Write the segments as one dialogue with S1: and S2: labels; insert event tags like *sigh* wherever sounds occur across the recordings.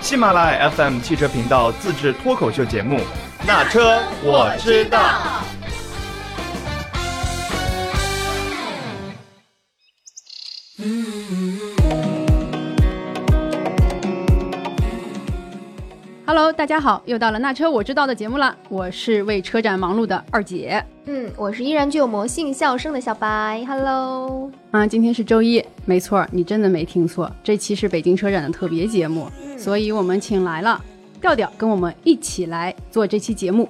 S1: 喜马拉雅 FM 汽车频道自制脱口秀节目《那车我知道》。
S2: Hello，大家好，又到了那车我知道的节目了，我是为车展忙碌的二姐。
S3: 嗯，我是依然具有魔性笑声的小白，Hello。
S2: 啊，今天是周一，没错，你真的没听错，这期是北京车展的特别节目，所以我们请来了调调，跟我们一起来做这期节目。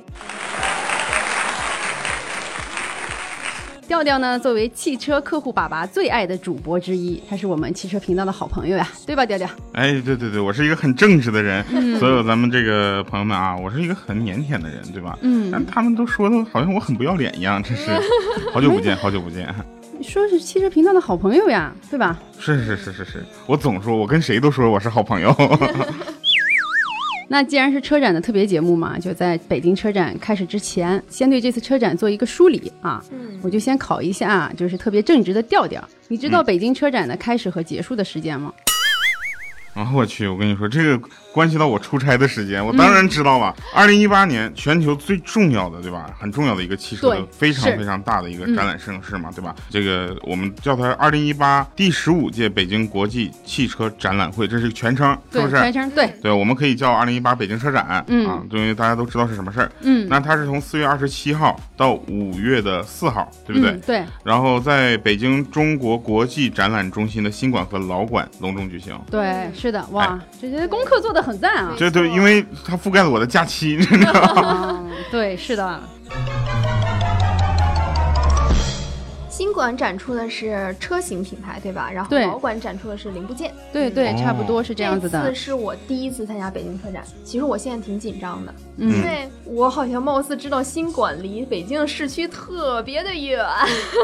S2: 调调呢，作为汽车客户爸爸最爱的主播之一，他是我们汽车频道的好朋友呀，对吧，调调？
S4: 哎，对对对，我是一个很正直的人，
S2: 嗯
S4: 所有咱们这个朋友们啊，我是一个很腼腆的人，对吧？
S2: 嗯
S4: 但他们都说的好像我很不要脸一样，
S2: *laughs*
S4: 真是好久不见，好久不见。
S2: 说是汽车频道的好朋友呀，对吧？
S4: 是是是是是，我总说，我跟谁都说我是好
S2: *laughs*
S4: 朋友。
S2: 那既然是车展的特别节目嘛，就在北京车展开始之前，先对这次车展做一个梳理啊。
S3: 嗯，
S2: 我就先考一下，就是特别正直的调调。你知道北京车展的开始和结束的时间吗？
S4: 然后我去，我跟你说，这个关系到我出差的时间，我
S2: 嗯
S4: 当然知道了。二零一八年全球最重要的，对吧？很重要的一个汽车
S2: 对
S4: 的非常
S2: 是嗯
S4: 非常大的一个展览盛事嘛，对吧？这个我们叫它二零一八第十五届北京国际汽车展览会，这是全称，是不
S2: 对，
S4: 是？
S2: 全称对，
S4: 对，我们可以叫二零一八北京车展、
S2: 嗯
S4: 啊，因为大家都知道是什么事儿。
S2: 嗯，
S4: 那它是从四月二十七号到五月的四号，对不对？
S2: 嗯对
S4: 然后在北京中国国际展览中心的新馆和老馆隆重举行。
S2: 对，是的，哇，
S4: 哎
S2: 这些功课做的很赞啊！
S4: 这对，
S3: 错
S4: 因为它覆盖了我的假期，你知道吗
S2: 嗯， *laughs* 对，是的，
S3: 新馆展出的是车型品牌，对吧？然后
S2: 对
S3: 老馆展出的是零部件。
S2: 对对，
S4: 哦
S2: 差不多是这样子
S3: 这
S2: 的
S3: 次。是我第一次参加北京车展，其实我现在挺紧张的，因
S2: 嗯，
S3: 为我好像貌似知道新馆离北京市区特别的远。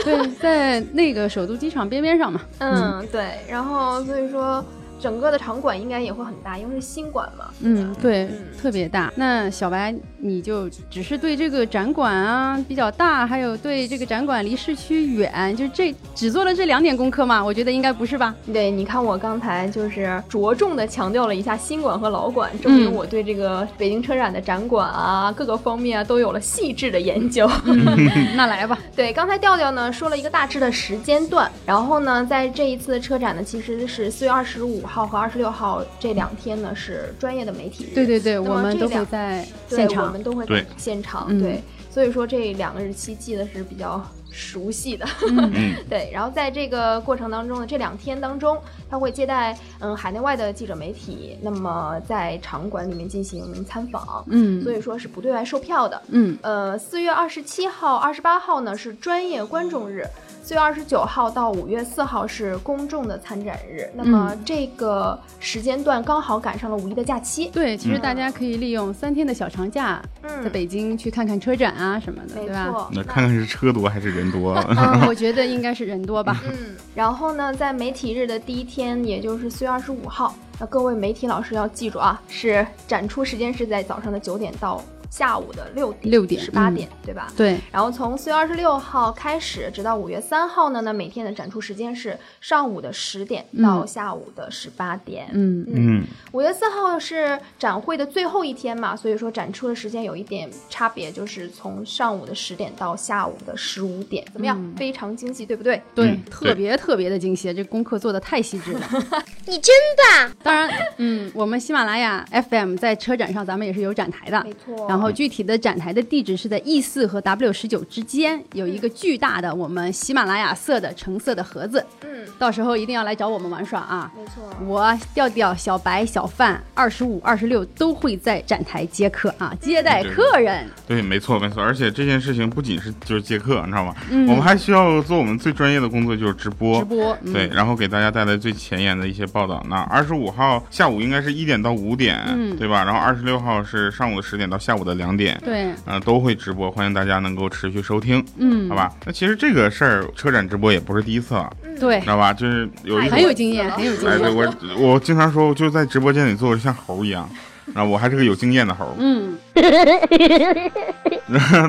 S2: 对，在那个首都机场边边上嘛。
S3: 嗯，对。然后所以说，整个的场馆应该也会很大，因为是新馆嘛。
S2: 嗯，对
S3: 嗯，
S2: 特别大。那小白，你就只是对这个展馆啊比较大，还有对这个展馆离市区远，就这只做了这两点功课嘛？我觉得应该不是吧？
S3: 对，你看我刚才就是着重的强调了一下新馆和老馆，证明
S2: 嗯
S3: 我对这个北京车展的展馆啊、各个方面啊都有了细致的研究。
S2: 嗯
S3: 嗯
S2: 那来吧，
S3: *laughs* 对，刚才调调呢说了一个大致的时间段，然后呢，在这一次的车展呢，其实是四月二十五号和二十六号这两天呢是专业的媒体日，
S2: 对对对，
S3: 那么
S2: 我们
S3: 这
S2: 都会
S3: 两
S2: 在
S3: 对
S2: 现
S3: 我
S2: 场。
S3: 们都会
S4: 对
S3: 现场
S2: 嗯
S3: 对，所以说这两个日期记得是比较熟悉的。
S2: *laughs*
S4: 嗯，
S3: 对，然后在这个过程当中呢，这两天当中，他会接待嗯海内外的记者媒体，那么在场馆里面进行参访，
S2: 嗯
S3: 所以说是不对外售票的。
S2: 嗯
S3: 呃，四月二十七号、二十八号呢是专业观众日，四月二十九号到五月四号是公众的参展日。那么
S2: 嗯
S3: 这个时间段刚好赶上了五一的假期，
S2: 对，其实
S3: 嗯
S2: 大家可以利用三天的小长假，在
S3: 嗯，
S2: 北京去看看车展啊什么的，
S3: 没
S2: 对吧？
S3: 错，
S4: 那看看是车多还是人多？ *laughs*
S2: 嗯，我觉得应该是人多吧。
S3: 嗯，然后呢，在媒体日的第一天，也就是四月二十五号，那各位媒体老师要记住啊，是展出时间是在早上的九点到下午的六点、
S2: 6点
S3: 十八
S2: 嗯
S3: 点，对吧？
S2: 对，
S3: 然后从四月二十六号开始，直到五月三号呢，那每天的展出时间是上午的十点到
S2: 嗯
S3: 下午的十八点。
S2: 嗯
S4: 嗯，
S3: 五月四号是展会的最后一天嘛，所以说展出的时间有一点差别，就是从上午的十点到下午的十五点，怎么样？
S2: 嗯
S3: 非常精细，对不对？
S2: 对
S4: 嗯，
S2: 特别特别的精细，这功课做的太细
S3: *laughs*
S2: 致了。你真棒！当然，嗯，我们喜马拉雅 FM 在车展上咱们也是有展台的
S3: 没。错。
S2: 然后具体的展台的地址是在 E 四和 W 十九之间，有一个巨大的我们喜马拉雅色的橙色的盒子，
S3: 嗯，
S2: 到时候一定要来找我们玩耍啊！
S3: 没错。
S2: 我调调、小白、小范，二十五、二十六都会在展台接客啊，接待客人。
S4: 嗯对，没错没错。而且这件事情不仅是就是接客，你知道吗？我们还需要做我们最专业的工作，就是直播。
S2: 嗯直播，嗯、
S4: 对，然后给大家带来最前沿的一些报道。那二十五号下午应该是一点到五点，
S2: 嗯
S4: 对吧？然后二十六号是上午的十点到下午的两点，
S2: 对，
S4: 嗯、都会直播，欢迎大家能够持续收听，
S2: 嗯
S4: 好，吧？那其实这个事儿，车展直播也不是第一次了，
S2: 对
S4: 知，道吧？就是有
S3: 哎
S4: 一种
S2: 很嗯有经验，很有经
S4: *laughs* 哎，对
S2: 验。 *laughs*
S4: 我我经常说，就在直播间里坐着像猴一样。然后我还 *laughs* 是个有经验的猴，
S2: 嗯，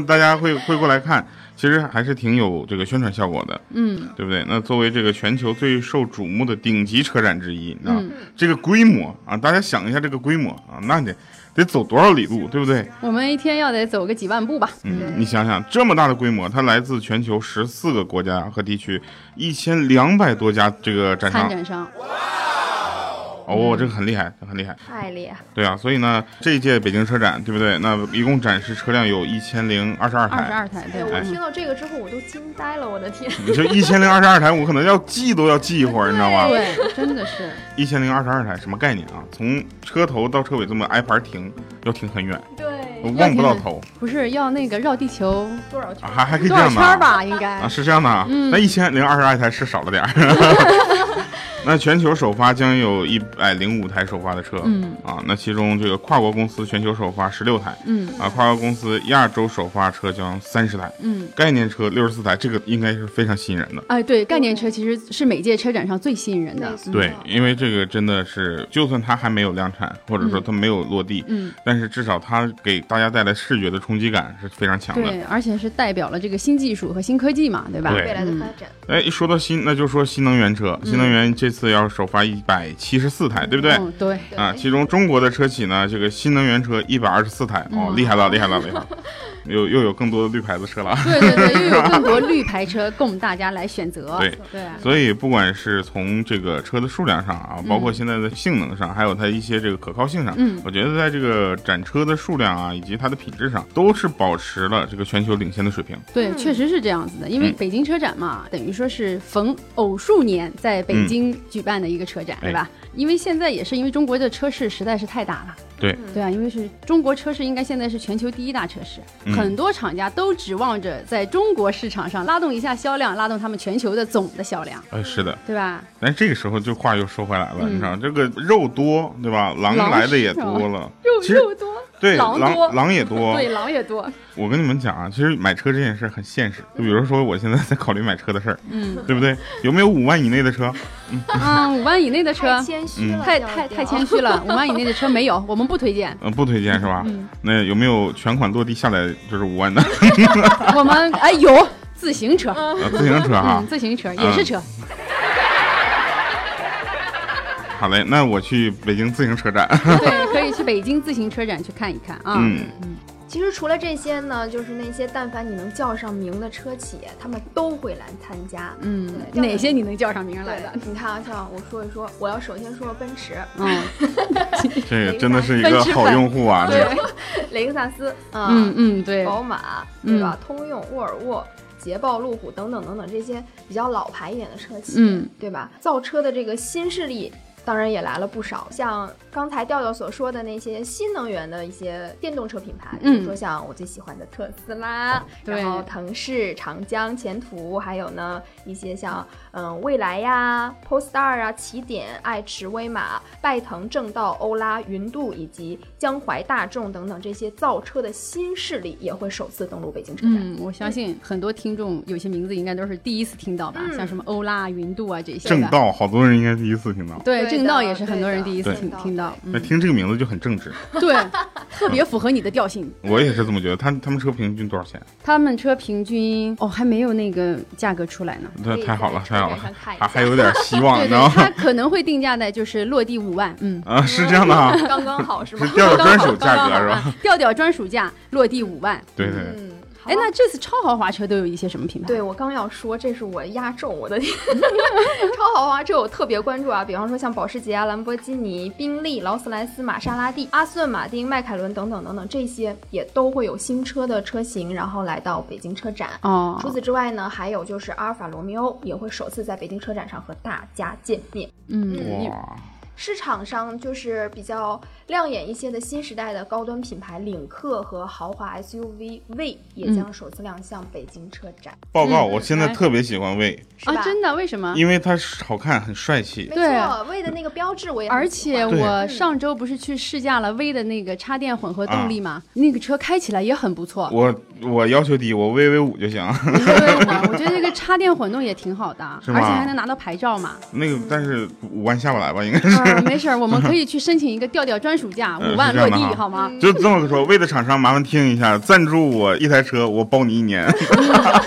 S4: 大家会会过来看。其实还是挺有这个宣传效果的，
S2: 嗯
S4: 对不对？那作为这个全球最受瞩目的顶级车展之一，啊，
S2: 嗯，
S4: 这个规模啊，大家想一下这个规模啊，那得得走多少里路，对不对？
S2: 我们一天要得走个几万步吧。
S3: 对
S4: 嗯，你想想这么大的规模，它来自全球十四个国家和地区，一千两百多家这个展
S2: 参
S4: 商，
S2: 展嗯商，
S4: 哦，这个很厉害，这个很厉害。
S3: 太厉害了，
S4: 对啊，所以呢，这一届北京车展，对不对？那一共展示车辆有一千零二十二
S2: 二十
S4: 台，
S2: 二台，对
S3: 对，我
S4: 哎
S3: 听到这个之后我都惊呆了，我的
S2: *laughs*
S3: 天！
S4: 你这一千零二十二台，我可能要记都要记一会儿，你知道吗？
S2: 对，真的是，
S4: 一千零二十二台什么概念啊？从车头到车尾这么挨排停，要停很远，我
S3: 对，
S4: 望不到头，
S2: 不是要那个绕地球
S3: 多少圈
S4: 啊、？还还可以
S2: 多
S4: 这
S2: 少
S4: 样
S2: 圈
S4: 的
S2: 儿
S4: 啊，
S2: 吧？应该
S4: 啊，是这样的啊。
S2: 嗯
S4: 那一千零二十二台是少了点儿。
S2: *laughs*
S4: 那全球首发将有一百零五台首发的车，
S2: 嗯
S4: 啊，那其中这个跨国公司全球首发十六台，
S2: 嗯
S4: 啊，跨国公司亚洲首发车将三十台。
S2: 嗯，
S4: 概念车六十四台，这个应该是非常吸引人的。
S2: 哎，对，概念车其实是每届车展上最吸引人的嗯
S3: 没，错
S4: 对，因为这个真的是，就算它还没有量产，或者说它没有落地，
S2: 嗯，
S4: 但是至少它给大家带来视觉的冲击感是非常强的。
S2: 对，而且是代表了这个新技术和新科技嘛，对吧？
S4: 对
S3: 未来的
S2: 嗯
S3: 发展，
S4: 哎，一说到新，那就说新能源车，新能源这次要首发一百七十四台，对不对？
S2: 嗯，对，
S3: 对
S4: 啊，其中中国的车企呢，这个新能源车一百二十四台，哦，
S2: 嗯
S4: 厉害了，厉害了，厉害了，又又有更多的绿牌子车了。 *laughs*
S2: 对对对，又有更多绿牌车供大家来选择。
S4: 对啊
S2: 对，
S4: 所以，不管是从这个车的数量上啊，包括现在的性能上，还有它一些这个可靠性上，
S2: 嗯
S4: 我觉得在这个展车的数量啊，以及它的品质上，都是保持了这个全球领先的水平。
S2: 对，
S3: 嗯
S2: 确实是这样子的，因为
S4: 嗯
S2: 北京车展嘛，等于说是逢偶数年在北京举办的一个车展，
S4: 嗯哎
S2: 对吧？因为现在也是因为中国的车市实在是太大了。
S4: 对
S2: 对啊，因为是中国车市，应该现在是全球第一大车市，
S4: 嗯
S2: 很多厂家都指望着在中国市场上拉动一下销量，拉动他们全球的总的销量，
S4: 哎，是的，
S2: 对吧？
S4: 但这个时候就话又说回来了，
S2: 嗯
S4: 你知道这个肉多，对吧？狼
S2: 狼
S4: 来的也
S2: 少
S4: 多了，
S2: 肉
S4: 其实
S2: 肉多，
S4: 对，
S2: 狼
S4: 狼
S2: 多
S4: 狼也多。
S2: 对狼也多，
S4: 我跟你们讲啊，其实买车这件事很现实。就比如说，我现在在考虑买车的事儿，
S2: 嗯
S4: 对不对？有没有五万以内的车？
S2: *laughs* 嗯，五万以内的车嗯
S3: 太。谦虚了，
S2: 太
S3: 这样
S2: 太
S3: 聊
S2: 太谦虚 *laughs* 了，五万以内的车没有，我们不推 *laughs* 荐。
S4: 呃，不推荐是吧？那有没有全款落地下来就是五万的？
S2: 我们哎有自行车，
S4: 啊，自行车哈
S2: 嗯，。自行车也是
S4: *laughs*
S2: 车，
S4: 好嘞，那我去北京自行车展。
S2: 对，可以去北京自行车展去看一看啊。
S4: 嗯
S3: 其实除了这些呢，哦就是那些但凡你能叫上名的车企，他们都会来参加。
S2: 嗯，
S3: 对
S2: 哪些你嗯能叫上名儿来
S3: 对
S2: 的？，
S3: 你看啊，像我说一说，我要首先说说奔驰，
S2: 嗯，
S4: 这个真的是一个好用户啊！
S2: *laughs*
S4: 这
S2: 对
S4: 个，
S3: 雷克萨斯，
S2: 嗯，嗯，对，嗯
S3: 宝马，对吧？通用、沃尔沃、捷豹、路虎等等等等这些比较老牌一点的车企，
S2: 嗯，
S3: 对吧？造车的这个新势力。当然也来了不少，像刚才调调所说的那些新能源的一些电动车品牌，比
S2: 嗯
S3: 如说像我最喜欢的特斯拉，
S2: 对
S3: 然后腾势、长江、前途，还有呢一些像嗯蔚来呀、Polestar 啊、起点、爱驰、威马、拜腾、正道、欧拉、云度以及江淮大众等等这些造车的新势力也会首次登陆北京车展。
S2: 嗯，我相信很多听众有些名字应该都是第一次听到吧，
S3: 嗯
S2: 像什么欧拉、云度啊这些
S4: 正
S2: 的。
S4: 道，好多人应该第一次听到。
S2: 对，
S3: 对
S2: 正
S3: 的
S2: 道也是
S3: 对
S2: 很多人
S3: 的
S2: 第一次
S3: 对
S2: 听
S3: 的
S2: 听到，
S4: 那
S2: 嗯，
S4: 听这个名字就很正直，
S2: 对， *laughs* 特别符合你的调性。
S4: 我也是这么觉得。他他们车平均多少钱？
S2: 他们车平均哦还没有那个价格出来呢，
S4: 那
S3: 可以
S4: 太好了，
S3: 在
S4: 太好了
S3: 车展上看，一
S4: 还
S3: 下
S4: 还有点希望，
S2: 对
S4: 你知
S2: 对 *laughs*
S4: 道，吗？
S2: 它可能会定价在就是落地五万，嗯，
S4: 啊，是这样的啊，
S3: 刚刚好是
S4: *laughs*
S3: 吗
S4: 是？调调专属
S2: 刚
S4: 价
S2: 刚
S4: 格
S2: 好
S4: 是
S2: *laughs*
S4: 吧？
S2: 啊调调专属价落地五万。
S4: 对对，对
S3: 嗯，好
S2: 哎，那这次超豪华车都有一些什么品牌？
S3: 对，我刚要说，这是我压轴，我的天，
S2: *laughs*
S3: 超豪华车我特别关注啊，比方说像保时捷啊、兰博基尼、宾利、劳斯莱斯、玛莎拉蒂、阿斯顿马丁、迈凯伦等等等等，这些也都会有新车的车型，然后来到北京车展。
S2: 哦，
S3: 除此之外呢，还有就是阿尔法罗密欧也会首次在北京车展上和大家见面。
S2: 嗯，你
S4: 哇，
S3: 市场上就是比较亮眼一些的新时代的高端品牌领克和豪华 SUV V 也将首次亮相北京车展，
S4: 报告，
S2: 嗯
S4: 我现在
S2: 来
S4: 特别喜欢魏，
S2: 啊
S3: 是吧？
S2: 啊，真的？为什么？
S4: 因为他好看，很帅气。
S3: 没
S2: 对
S3: 错，魏的那个标志我也很
S2: 而
S3: 喜
S2: 且
S3: 欢
S4: 对
S2: 我上周不是去试驾了 V 的那个插电混合动力嘛，那个车开起来也很不错。
S4: 啊我我要求低，我 VV 五就行。 *laughs*
S2: 对嘛，我觉得这个插电混动也挺好的，
S4: 是
S2: 而
S4: 吗
S2: 且还能拿到牌照嘛。
S4: 那个，但是五万下不来吧，应该 *laughs* 是。 *laughs*
S2: 嗯，没事儿，我们可以去申请一个调调专属价，
S4: 嗯
S2: 五万
S4: 是这样
S2: 落
S4: 的
S2: 地
S4: 哈，
S2: 好吗？
S4: 就这么说，为了厂商，麻烦听一下，赞助我一台车，我包你一年。 *laughs*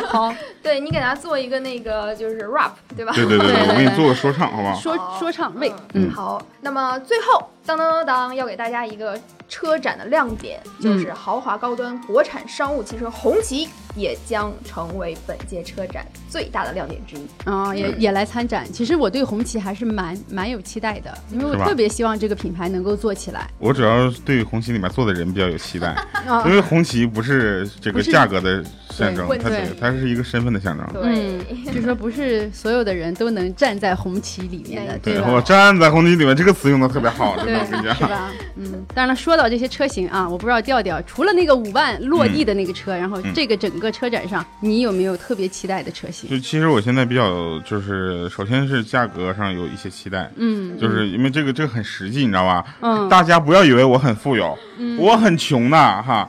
S2: 好，
S3: 对你给它做一个那个就是 rap 对吧？
S4: 对对对
S2: 对
S4: 对，
S2: 对
S4: 我给你做个说唱，好不好？
S2: 说
S3: 好
S2: 说唱 V，
S3: 哦嗯，
S4: 嗯
S3: 好，那么最后当当当当要给大家一个车展的亮点，就是豪华高端国产商务汽车红旗也将成为本届车展最大的亮点之一。
S2: 啊、也也来参展。其实我对红旗还是蛮蛮有期待的，因为我
S4: 是吧
S2: 特别希望这个品牌能够做起来。
S4: 我主要是对红旗里面坐的人比较有期待，
S2: 啊
S4: 因为红旗不是这个
S2: 不是
S4: 价格的象征，
S3: 对
S4: 它
S2: 对
S4: 是它是一个身份的象征。
S3: 对
S2: 嗯，就说不是所有的人都能站在红旗里面的，
S4: 对我
S2: 吧？
S4: 站在红旗里面，这个词用的特别好，真的，
S2: 对
S4: 我跟你
S2: 是
S4: 讲。
S2: 吧？嗯，当然了，说到这些车型啊，我不知道调调，除了那个五万落地的那个
S4: 嗯
S2: 车，然后这个整个车展上，你有没有特别期待的车型？
S4: 就其实我现在比较就是，首先是价格上有一些期待，
S2: 嗯，
S4: 就是因为这个这个很实际，你知道吧？
S2: 嗯
S4: 大家不要以为我很富有，我很穷的哈。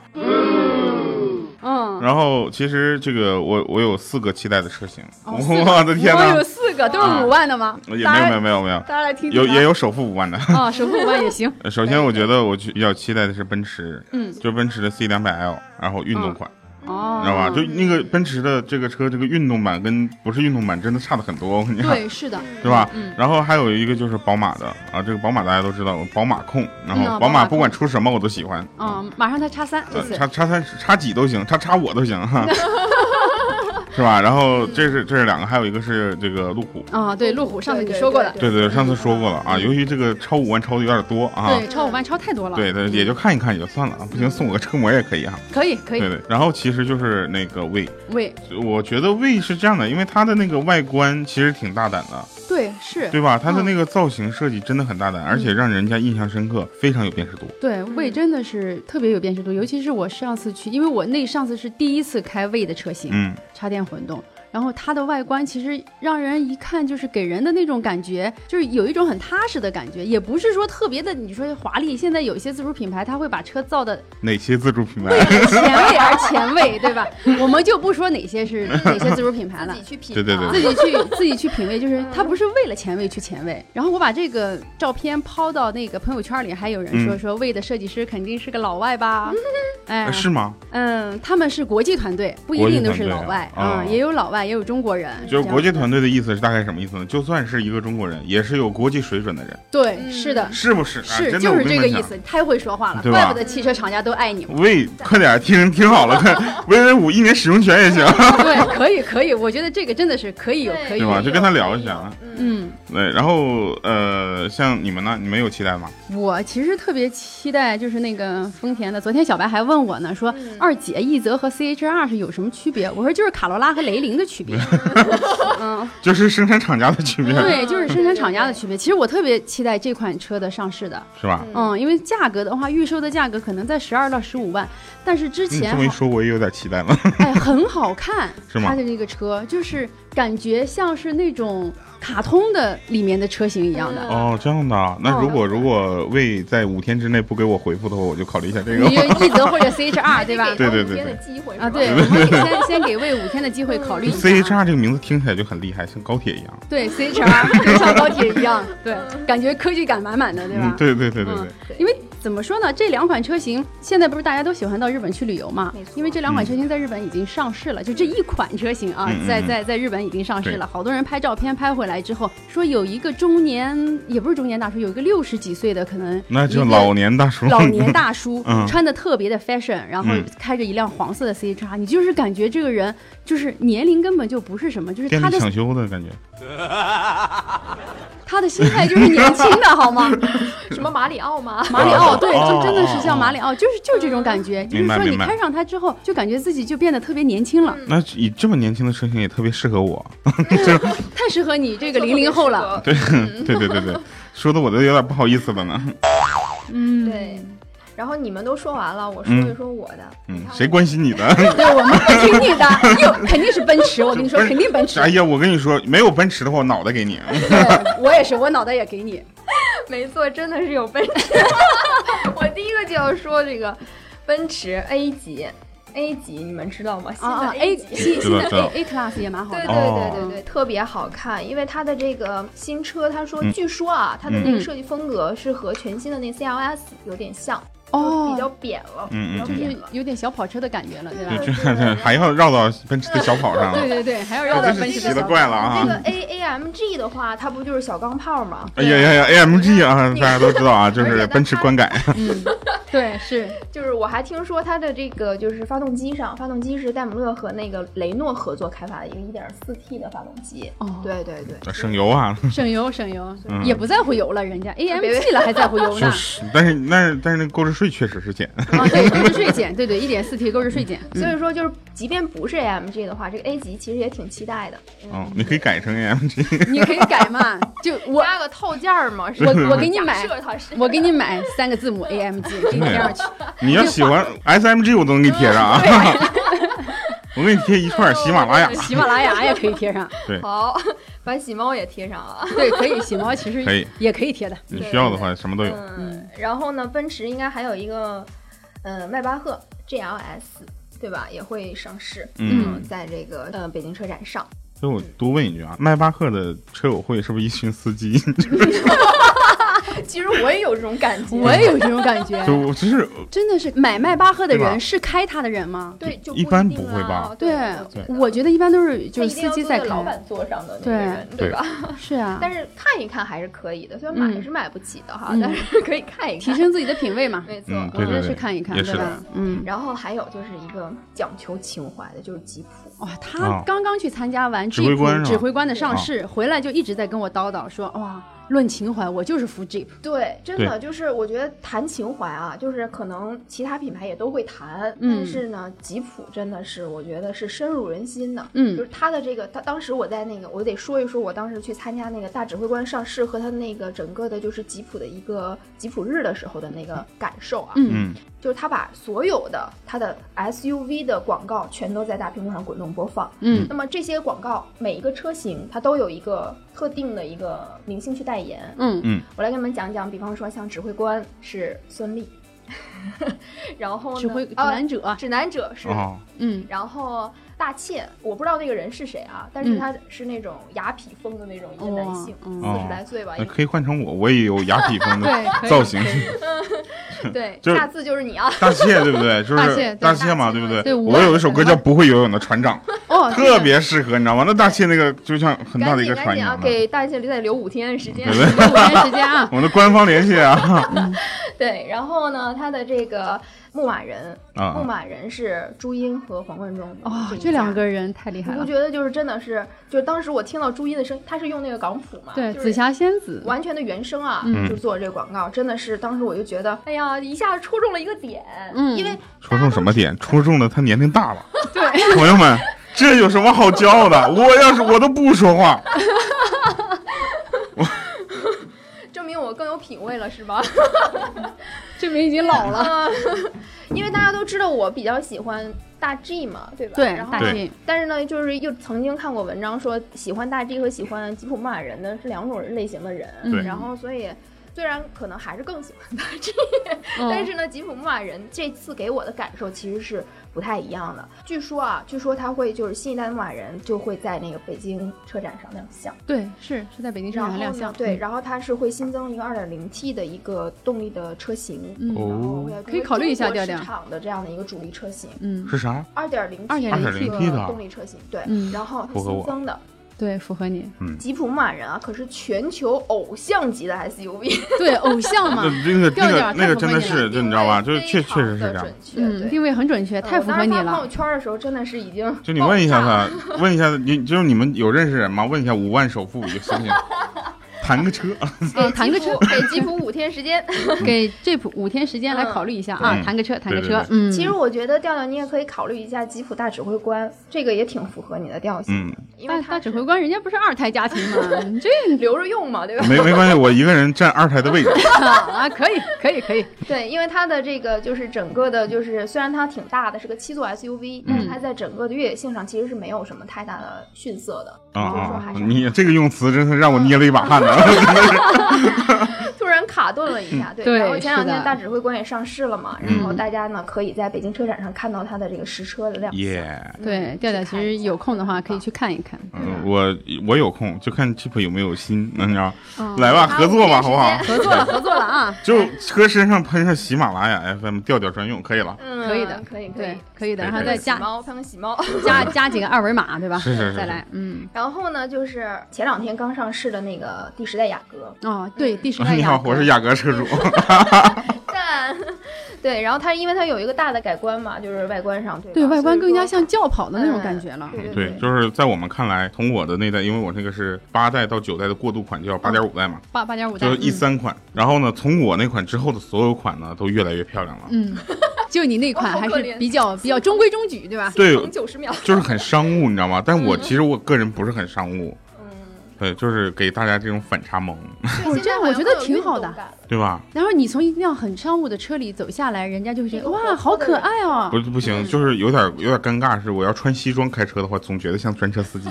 S2: 嗯，
S4: 然后其实这个我我有四个期待的车型，
S2: 哦
S4: *laughs* 我的啊天
S2: 我有
S4: 哪！啊
S2: 四个都是五万的吗？
S4: 也没
S2: 大
S4: 有
S2: 家
S4: 没有没有没有，
S2: *laughs* 大家来听听
S4: 有
S2: 啊
S4: 也有首付五
S2: *laughs*
S4: 万的。
S2: 啊，首付五万也
S4: *laughs*
S2: 行。
S4: 呃首先我觉得我去比较期待的是奔驰，
S2: 嗯
S4: 就奔驰的 C 两百 L，然后运动款，
S2: 哦，
S4: 你知道吧？就那个奔驰的这个车，这个运动版跟不是运动版真的差的很多，我跟你讲。
S2: 对，是的，
S4: 对吧？然后还有一个就是宝马的啊，这个宝马大家都知道，我嗯宝马控，然后
S2: 宝马
S4: 不管出什么我都喜欢，
S2: 嗯，马上它叉三这
S4: 呃
S2: 次，
S4: 叉叉三叉几都行，叉叉我都行 *laughs* 哈，是吧？然后这是这是两个，还有一个是这个路虎，
S2: 啊，对，路虎上次你说过的，
S4: 对对，上次说过了啊，由于这个超五万超的有点多啊。
S2: 对，超五万超太多了，
S4: 对嗯对，也就看一看也就算了啊，不行送我个车模也可以哈、啊
S2: 可以可
S4: 对
S2: 以，
S4: 对，然后其实就是那个魏，
S2: 喂，
S4: 我觉得魏是这样的，因为它的那个外观其实挺大胆的，
S2: 对是，
S4: *laughs* 对吧？它的那个造型设计真的很大胆，而
S2: 嗯
S4: 且让人家印象深刻，非常有辨识度。
S2: 对魏真的是特别有辨识度，尤其是我上次去，因为我那上次是第一次开魏的车型，
S4: 嗯，
S2: 插电混动。然后它的外观其实让人一看就是给人的那种感觉，就是有一种很踏实的感觉，也不是说特别的你说华丽。现在有一些自主品牌，它会把车造的
S4: 哪些自主品牌？
S2: 前卫而前卫，对吧？我们就不说哪些是哪些自主品牌了
S3: *laughs* 自己，去品
S4: 对对对
S3: 尝
S2: 自己去自己去品味，就是他不是为了前卫去前卫。然后我把这个照片抛到那个朋友圈里，还有人说
S4: 嗯
S2: 说魏的设计师肯定是个老外吧？哎
S4: 呃， *laughs* 是吗？
S2: 嗯，他们是国际团队，不一
S4: 国际
S2: 定都是
S4: 团队
S2: 老外
S4: 啊啊
S2: 嗯，也有老外，也有中国人，
S4: 就是
S2: 这
S4: 国际
S2: 样子
S4: 团队的意思是大概什么意思呢？就算是一个中国人，也是有国际水准的人，
S2: 对，
S3: 嗯
S2: 是的，
S4: 是不是？啊、
S2: 是
S4: 真的
S2: 就
S4: 我
S2: 是
S4: 跟你
S2: 这
S4: 们
S2: 个意
S4: 讲
S2: 思，太会说话了，
S4: 对吧
S2: 怪不得汽车厂家都爱你
S4: *laughs*
S2: 嘛。
S4: 喂，快点听听好了， *laughs* 快微微五一年使用权也行，
S2: 对，可以可以，我觉得这个真的是可以有
S4: *laughs*
S2: 可以
S4: 对
S2: 有，
S4: 吧？就跟他聊一下。
S3: 嗯，
S2: 嗯。
S4: *laughs* 对，然后呃，像你们呢，你们有期待吗？
S2: 我其实特别期待，就是那个嗯丰田的。昨天小白还问我呢，说
S3: 嗯
S2: 二姐奕泽和 CHR 是有什么区别？我说就是卡罗拉和雷凌的区
S4: *laughs*
S2: 别。嗯，
S4: 就是生产厂家的区别，
S2: 对，就是生产厂家的区别。其实我特别期待这款车的上市的，
S4: 是吧？
S2: 嗯，因为价格的话，预售的价格可能在十二到十五万，但是之
S4: 你
S2: 前
S4: 嗯这 *laughs* 么一说，我也有点期待了。
S2: 哎很好看，
S4: *laughs* 是吗
S2: 它的那个车就是感觉像是那种卡通的里面的车型一样的。
S4: 哦，这样的啊。那
S2: 哦
S4: 如果如果魏在五天之内不给我回复的话，我就考虑一下这
S2: 你
S4: 个吧。
S2: 就奕泽或者
S4: *laughs*
S2: CHR 对吧？
S4: 嗯对对
S3: 今
S4: 对
S3: 天的
S4: 对
S3: 机会是吧
S2: 啊，对，我们得先先给魏五天的机会考虑一下。
S4: *laughs* C H R 这个名字听起来就很厉害，像高铁一样。
S2: 对 C H R 就像高铁一样，对，感觉科技感满满的，对吧
S4: 嗯，？对对对对
S2: 嗯
S4: 对，
S2: 因为怎么说呢，这两款车型现在不是大家都喜欢到日本去旅游嘛
S3: 没？错嗯
S2: 因为这两款车型在日本已经上市了，就这一款车型啊
S4: 嗯嗯，
S2: 在
S4: 嗯
S2: 在在日本已经上市了，好多人拍照片拍回来之后说有一个中年，也不是中年大叔，有一个六十几岁的可能
S4: 那就
S2: 一个
S4: 老年大叔。
S2: 老年大叔
S4: *laughs* 嗯
S2: 穿的特别的 fashion，然后
S4: 嗯
S2: 开着一辆黄色的 C H R，你就是感觉这个人就是年龄根本就不是什么，就是
S4: 电
S2: 他
S4: 力
S2: 的
S4: 抢修的感觉，
S2: 他的心态就是年轻
S4: *laughs*
S2: 的好吗？
S3: 什么马里奥吗？
S2: 马里奥 *laughs* 对，
S4: 哦嗯
S2: 就真的是像马里奥，就是就是这种感觉，就是
S4: 明白
S2: 说你
S4: 明白
S2: 开上它之后，就感觉自己就变得特别年轻
S3: 嗯
S2: 了，
S4: 那以这么年轻的车型也特别适合我。
S2: 太适合你这个零零后了。
S3: 对
S4: 对对对对，说的我都有点不好意思了呢。
S2: 嗯，
S3: 对。然后你们都说完了，我说一说我的。你
S4: 嗯，
S3: 看
S4: 谁
S3: 我
S4: 关心你的？
S2: 对，我们不听
S4: *laughs*
S2: 你的，又肯定是奔驰，我跟你说，肯定奔驰
S4: 哎哎。呀，我跟你说，没有奔驰的话，我脑袋给你。
S2: 对，我也是，我脑袋也给你。
S3: 没错，真的是有奔驰。 *laughs* 我第一个就要说这个奔驰 A 级，A 级你们知道吗？新
S2: 啊
S3: 的
S2: 啊，A
S3: 级。
S2: 新
S4: 知
S2: 新
S4: 道
S2: 的
S4: 知道
S2: A A class 也蛮好
S3: 对
S2: 的，
S3: 对
S4: 哦
S3: 对对对，特别好看，因为它的这个新车，他说，
S4: 嗯
S3: 据说啊，它的那
S2: 嗯
S3: 个设计风格是和全新的那 CLS 有点像，就
S2: 哦
S3: 比较扁了，
S4: 嗯嗯
S3: 比较
S4: 嗯
S2: 就是
S3: 扁了。
S2: 有点小跑车的感觉了，对吧
S4: 对，？
S3: 对
S4: 这
S3: 对对
S4: 还要绕到奔驰的小跑上
S2: 对
S4: 了，
S2: 对对，还要绕
S4: 这
S2: 到
S4: 真
S2: 奔
S4: 是
S2: 驰
S4: *laughs* 奇
S2: 的
S4: 了
S2: 小
S4: 怪了
S3: 这
S4: 啊！
S3: 个 A A M G 的话，它不就是小钢炮吗？
S4: 哎呀呀呀，AMG 啊，大家都知道啊，就
S3: 而且
S4: 是
S3: 它
S4: 奔驰观改，
S2: 嗯，对，是
S3: 就是我还听说它的这个就是发动机上，发动机是戴姆勒和那个雷诺合作开发的一个 1.4T 的发动机。
S2: 哦，
S3: 对对对，
S4: 省油啊。
S2: 省油省油
S4: 嗯，
S2: 也不在乎油了，人家
S3: 别
S2: AMG 了还在乎油呢
S4: 就，是，但是那但是那个购置税确实是减，
S2: 啊，对，购置税减，对对，一点四 T 购置税减，
S4: 嗯
S3: 所以说就是即便不是 AMG 的话，这个 A 级其实也挺期待的。
S4: 嗯，你可以改成 AMG。
S2: 你可以改 *laughs* 嘛，就我
S3: 加个套件儿嘛，是
S2: 我
S3: 吧
S2: 我给你买
S3: 假设它是
S2: 我给你买三个 *laughs* 字母 AMG，给你贴 *laughs* 上去，
S4: 你要喜欢 SMG，我都能给你贴上
S2: 嗯
S4: 啊！ *laughs* 我给你贴一串喜马拉雅，
S2: 喜马拉雅也可以贴 *laughs* 上，
S3: *laughs* 好，把喜猫也贴上了。
S2: 对，可以，喜猫其
S4: 可
S2: 实
S4: 以
S2: 也可以贴的，
S4: 你需要的话什么都有。
S3: 嗯，然后呢，奔驰应该还有一个，呃，迈巴赫 GLS。对吧？也会上市，
S4: 嗯，
S3: 在这个呃北京车展上， *laughs*
S4: 所以我多问一句啊，迈巴赫的车友会是不是一群司机？ *laughs*
S3: 其实我也有这种感觉，
S2: 我也有这种感觉。
S4: *laughs* 就我就是
S2: 真的是买迈巴赫的
S4: 对吧
S2: 人是开它的人吗？
S3: 对就
S4: 一
S3: 不
S4: 般
S3: 定
S4: 不会
S3: 啊
S4: 吧
S3: 对，
S4: 对
S2: 我觉得一般都是就
S3: 他一
S2: 是
S3: 定
S2: 司
S3: 要
S2: 机
S3: 坐
S2: 在
S3: 在老
S2: 开，
S3: 板座上的那
S2: 对
S3: 个人，
S4: 对
S3: 吧？
S2: 是啊，
S3: 但
S2: 是
S3: 是看一看还是可以的，虽然
S2: 嗯
S3: 买是买不起的哈，
S2: 嗯
S3: 但是可以看一
S2: 提
S3: 看，
S2: 升自己的品味嘛，
S3: 没错。
S4: 嗯
S2: 我觉得
S4: 对对
S2: 去看一看，
S4: 也是
S2: 对
S4: 的
S2: 吧？嗯，
S3: 然后还有就是一个讲求情怀的，就是吉普。
S2: 哇，
S4: 啊
S2: 他刚刚去参加完
S4: 指挥
S2: Jeep
S4: 官是吧啊
S2: 指挥官的上市，回来就一直在跟我叨叨说，哇，论情怀，我就是服 Jeep，
S3: 对，真的就是我觉得谈情怀啊，就是可能其他品牌也都会谈，
S2: 嗯
S3: 但是呢，吉普真的是我觉得是深入人心的。
S2: 嗯
S3: 就是它的这个，它当时我在那个，我得说一说我当时去参加那个大指挥官上市和他那个整个的，就是吉普的一个吉普日的时候的那个感受啊，
S2: 嗯
S4: 嗯，
S3: 就是他把所有的他的 SUV 的广告全都在大屏幕上滚动播放。
S2: 嗯
S3: 那么这些广告每一个车型它都有一个特定的一个明星去代言，
S2: 嗯
S3: 我来给你们讲讲，比方说像指挥官是孙俪， *laughs* 然后呢
S2: 指挥指
S3: 啊
S2: 南者，
S3: 指南者是，
S4: 哦，
S2: 嗯，
S3: 然后大切，我不知道那个人是谁啊，
S2: 嗯
S3: 但是他是那种雅痞风的那种一个男性，
S2: 哇嗯
S3: 四十来岁吧，
S4: 那
S3: 应
S4: 可以换成我，我也有雅痞风的
S2: 对可以
S4: 造型。
S2: 可以
S3: 该对，
S4: 嗯 *laughs* 就是
S3: 下次就是你啊，
S4: 大谢对不对？就
S2: 大
S4: 是
S2: 谢对
S4: 大谢嘛，
S3: 大谢
S4: 对不对？
S2: 对五
S4: 我
S2: 万
S4: 有一首歌叫《不会游泳的船长》，
S2: 哦，
S4: 特别适合，你知道吗？那大谢那个就像很大
S3: 赶
S4: 的一
S3: 紧
S4: 个
S3: 赶
S4: 船一
S3: 紧啊，
S4: 样的。
S3: 给大切再留五天时间
S4: 对。不对？
S2: 有五年时间啊， *laughs*
S4: 我们的官方联系啊，
S3: 对，然后呢，他的这个牧马人，
S4: 啊
S3: 牧马人是朱茵和黄贯中
S2: 哦，
S3: 一
S2: 这两
S3: 家
S2: 个人太厉害
S3: 你不
S2: 了，
S3: 觉得就是真的是，就是当时我听到朱茵的声音，她是用那个港普嘛，
S2: 对，
S3: 啊就是
S2: 紫霞仙子，
S3: 完全的原声啊，
S2: 嗯
S3: 就做这个广告，真的是当时我就觉得，哎呀，一下戳中了一个点，
S2: 嗯
S3: 因为
S4: 戳中什么点？戳中了他年
S3: *laughs*
S4: 龄大了。
S2: 对，
S4: 朋友们，这有什么好骄傲的？我要是我都不说话，
S3: 证明我更有品位了，
S2: *laughs*
S3: 是吧？
S2: 证明已经老了，
S3: *laughs* 因为大家都知道我比较喜欢大 G 嘛，对吧？
S2: *laughs* 对
S3: 然，后
S2: 大
S4: 对
S2: G，
S3: 但是呢，就是又曾经看过文章说，喜欢大 G 和喜欢吉普牧马人的是两种类型的人，
S2: 嗯
S4: 对
S3: 然后所以。虽然可能还是更喜欢大 G，、
S2: 嗯
S3: *laughs* 但是呢，吉普牧马人这次给我的感受其实是不太一样的。据说啊，据说他会就是新一代的牧马人就会在那个北京车展上亮相，
S2: 对，是是在北京车
S3: 然
S2: 展嗯
S3: 后
S2: 亮
S3: 呢
S2: 相，，嗯
S3: 对，然后它是会新增一个 2.0T 的一个动力的车型，
S2: 嗯
S4: 哦
S3: 然后会
S2: 可以考虑一下
S3: 中国
S2: 调调
S3: 市场的这样的一个主力车型。
S2: 嗯，
S4: 是啥？
S3: 二点零
S4: 2.0T 的
S3: 动力车型，对，
S2: 嗯
S3: 然后它
S4: 符合我
S3: 新增的
S2: 对，符合你，
S3: 吉普牧马人啊，可是全球偶像级的 SUV，
S2: 对，偶像
S4: *laughs*
S2: 嘛
S4: 那，那个
S2: 调
S4: 那
S2: 调
S4: 个
S2: 儿
S4: 那个
S2: 太符
S4: 真
S2: 合
S4: 的
S2: 你
S4: 是，
S2: 了
S4: 就你知道吧？就是确
S3: 哎非
S4: 确
S3: 常
S4: 实是
S3: 的
S4: 这样
S3: 准。确，
S2: 嗯，
S3: 对。
S2: 定位很准确，太符合你
S3: 呃我当时发朋
S2: 了
S3: 友，圈的时候，真的是已经
S4: 就你问一下
S3: 爆炸了，
S4: 他，问一下你，就是你们有认识人吗？问一下五万首付就行
S3: *laughs*
S4: 不行？谈个车，
S3: 哎
S2: 嗯，谈个车，
S3: 给吉普五天时间。
S2: 给这五天时间来考虑一下啊，
S4: 嗯
S2: 谈个车，谈个
S4: 对
S2: 车
S4: 对，对
S2: 嗯，
S3: *laughs* 其实我觉得调调，你也可以考虑一下吉普大指挥官，这个也挺符合你的调性，
S4: 嗯，
S3: 因
S2: 大
S3: 为他
S2: 大指挥官人家不是二胎家庭
S3: *laughs*
S2: 吗？你这
S3: 留着用嘛，对吧？
S4: 没没关系，我一个人占二台
S3: *laughs*
S4: 的位置。
S2: 个啊，可以，可以，可以，
S3: 对，因为它的这个就是整个的，就是虽然它挺大的，是个七座
S4: 嗯
S3: SUV，但是它在整个的越野性上其实是没有什么太大的逊色的。
S4: 啊
S3: 就是说
S4: 啊！
S3: 还
S4: 啊
S3: 是
S4: *laughs* 你这个用词真是让我捏了一把汗呢。
S3: *laughs* 突然滑动了一下，对。
S2: 对
S3: 然后前两
S2: 是
S3: 天
S2: 的
S3: 大指挥官也上市了嘛，然
S4: 嗯
S3: 后大家呢可以在北京车展上看到它的这个实车的亮相。
S4: 耶，
S3: 嗯
S2: 对，调调其实有空的话可以。去看一看。
S4: 嗯，我我有空就看 Jeep 有没有心，那你知道，
S2: 哦
S4: 来吧，合作吧，好不好？ *laughs*
S2: 合作了，合作了啊！
S4: 就车身上喷上喜马拉雅 FM 调调专用，可以了。
S3: 嗯，
S2: 可以的
S3: 可以可以
S2: 对。，可以的，
S4: 可
S2: 然
S4: 以
S2: 后
S4: 可以
S2: 再
S3: 喜
S2: 加
S3: 猫，他们喜猫。 *laughs*
S2: 加
S4: 嗯
S2: 加几个二维码，对吧？
S4: 是是是是
S2: 再来，嗯，
S3: 然后呢，就是前两天刚上市的那个第十代雅阁，
S2: 哦，对，第十代
S4: *laughs* 啊你
S2: 雅
S4: 好，
S2: 阁
S4: 我是雅阁
S2: *laughs*
S4: 车主。
S3: 但对，然后它因为它有一个大的改观嘛，就是外观上对吧
S2: 对外观更加
S3: 所以
S2: 像轿跑的那种感觉了。
S3: 说对
S4: 对
S3: 对，，
S4: 就是在我们看来，从我的那代，因为我那个是八代到九代的过渡款，叫八点五代嘛，
S2: 八八点五代，
S4: 就是
S2: 嗯
S4: E 三款。然后呢，从我那款之后的所有款呢，都越来越漂亮了。
S2: 嗯， *laughs* 就你那款
S3: 我好
S2: 还
S3: 可
S2: 是
S3: 怜
S2: 比较比较中规中矩，对吧？
S4: 对，
S3: 九十秒，
S4: *laughs* 就是很商务，你知道吗？但
S2: 嗯
S4: 我其实我个人不是很商务，
S3: 嗯，
S4: 对，就是给大家这种反差萌，
S2: 我哦
S3: 对
S2: 这样我觉得挺好的。
S3: 现在好像更有运动感了
S4: 对吧？
S2: 然后你从一辆很商务的车里走下来，人家就会觉得
S3: 对
S2: 哇，哎好可爱哦
S4: 不。不行，就是有点有点尴尬，是我要穿西装开车的话，总觉得像专车司机。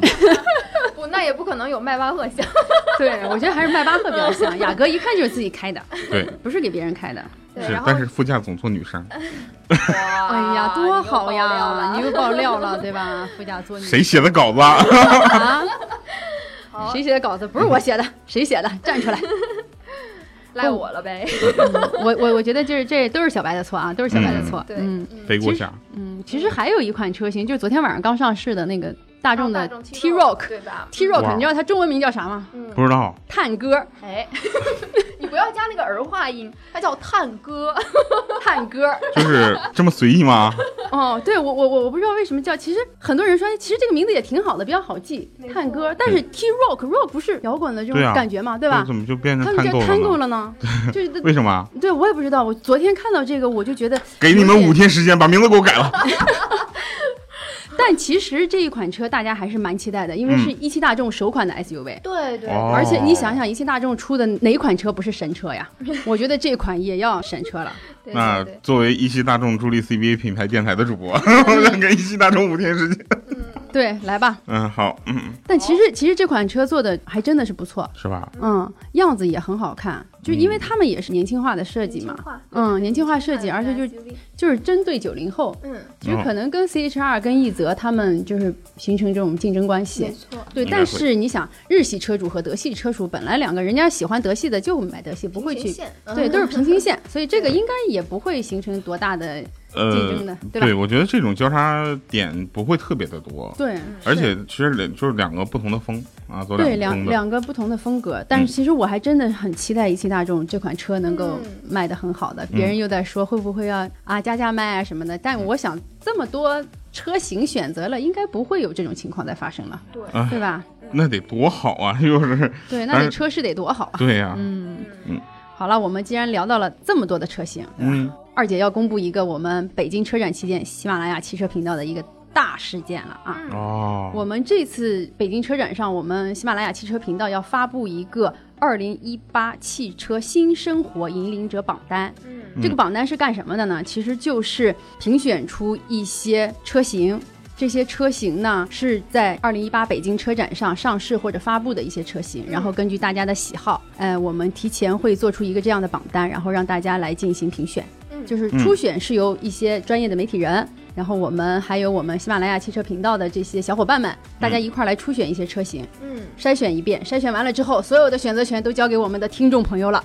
S2: *laughs*
S3: 不，那也不可能有迈巴赫像。
S2: 对，我觉得还是迈巴赫比较
S4: *laughs*
S2: 像，雅阁一看就是自己开的，
S4: 对，
S2: 不是给别人开的。
S3: 对，
S4: 是
S3: 然，后
S4: 但是副驾总坐女生，啊
S3: 哇
S2: 哎呀，多好呀！哦
S3: 你
S2: 你
S3: 又
S2: 又爆料了，对吧？副驾坐你
S4: 谁写的稿
S2: *laughs*
S4: 子？啊？
S2: 啊？
S3: 好
S2: 谁写的稿子？不是我写的，谁写的？站出来！
S3: 赖我了呗。
S2: 嗯我我我觉得就是这都是小白的错啊，都是小白的错。
S3: 对，
S2: 嗯
S4: 背锅侠，
S2: 嗯，其实还有一款车型，就是昨天晚上刚上市的那个大
S3: 哦大
S2: 众的
S3: T
S2: T Rock。
S3: 对吧？
S2: T
S4: 哇
S2: Rock，你知道它中文名叫啥吗？
S3: 嗯
S4: 不，知道。
S2: 探戈，
S3: 哎， *laughs* 你不要加那个儿化音，它叫探 *laughs* 戈。
S2: 探戈。
S4: 就是这么随意吗？
S2: 哦，对我我我我不知道为什么叫，其实很多人说，哎其实这个名字也挺好的，比较好记
S3: 没，错
S2: 探戈。但是 T Rock Rock 不是摇滚的这种
S4: 对啊
S2: 感觉嘛， *laughs* 对吧
S4: 就？怎么就变
S2: 他
S4: 成
S2: 们
S4: 探
S2: 叫
S4: 狗
S2: Tango
S4: 了
S2: 了
S4: 呢？
S2: 呢， *laughs* 就是
S4: 为什么？
S2: 对我也不知道。我昨天看到这个，我就觉得
S4: 给你们五天时间把名字给我改了。
S2: 但其实这一款车大家还是蛮期待的，因为
S4: 嗯
S2: 是一汽大众首款的 SUV。
S3: 对对
S4: 哦
S2: 而且你想想，一汽大众出的哪款车不是神车呀？我觉得这款也要神车了。
S3: 对
S4: 那
S3: 对对，
S4: 作为一汽大众助力 CBA 品牌电台的主
S2: *laughs*
S4: 播，我想给一汽大众五天时间。
S2: 对，来吧。
S4: 嗯，好，嗯，
S2: 但其实其实这款车做的还真的是不错，
S4: 是吧？
S2: 嗯，样子也很好看，就因为他们也是年轻化的设计嘛，嗯，年轻化设计，而且就是
S3: 是
S2: 就是针对九零后，
S3: 嗯，
S2: 其实可能跟 CHR 跟奕泽他们就是形成这种竞争关系
S3: 嗯没。错，
S2: 对，
S4: 应该
S2: 但
S4: 会
S2: 是你想，日系车主和德系车主本来两个人家喜欢德系的就买德系，不会去
S3: 平行线
S2: 对，
S3: 嗯
S2: 都是平行线，所以这个应该也不会形成多大的竞
S4: 呃
S2: 争，的，对吧？
S4: 对，我觉得这种交叉点不会特别的多，
S2: 对，
S4: 而
S2: 是
S4: 且其实两就是两个不同的风啊，走
S2: 对
S4: 个不
S2: 两
S4: 同的。
S2: 两个不同的风格，但
S4: 嗯
S2: 是其实我还真的很期待一汽大众这款车能够
S3: 嗯
S2: 卖得很好的。别
S4: 嗯
S2: 人又在说会不会要啊加价卖啊什么的，但我想这么多车型选择了，应该不会有这种情况再发生了，
S3: 对，
S4: 啊
S2: 对吧？
S4: 那得多好啊！ *laughs* 又是
S2: 对，
S4: 但
S2: 那
S4: 是
S2: 你车是得多好啊！
S4: 对呀，
S2: 嗯
S4: 嗯
S2: 好了，我们既然聊到了这么多的车型，
S4: 嗯，
S2: 二姐要公布一个我们北京车展期间喜马拉雅汽车频道的一个大事件了啊！
S3: 嗯
S4: 哦，
S2: 我们这次北京车展上，我们喜马拉雅汽车频道要发布一个二零一八汽车新生活引领者榜单。
S3: 嗯
S2: 这个榜单是干什么的呢？其实就是评选出一些车型。这些车型呢是在二零一八北京车展上上市或者发布的一些车
S3: 嗯
S2: 型，然后根据大家的喜好，呃，我们提前会做出一个这样的榜单，然后让大家来进行评选。
S3: 嗯
S2: 就是初选是由一些专业的媒体人，然后我们还有我们喜马拉雅汽车频道的这些小伙伴们，大家一块儿来初选一些车型，
S3: 嗯
S2: 筛选一遍，筛选完了之后，所有的选择权都交给我们的听众朋友了。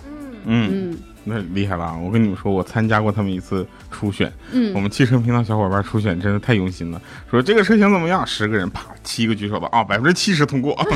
S3: 嗯
S4: 嗯，
S2: 嗯
S4: 那厉害了啊！我跟你们说，我参加过他们一次初选，我
S2: 嗯，
S4: 们汽车频道小伙伴初选真的太用心了，说这个车型怎么样？十个人，啪，七个举手的啊，百分之七十通
S2: *laughs*
S4: 过。 *laughs*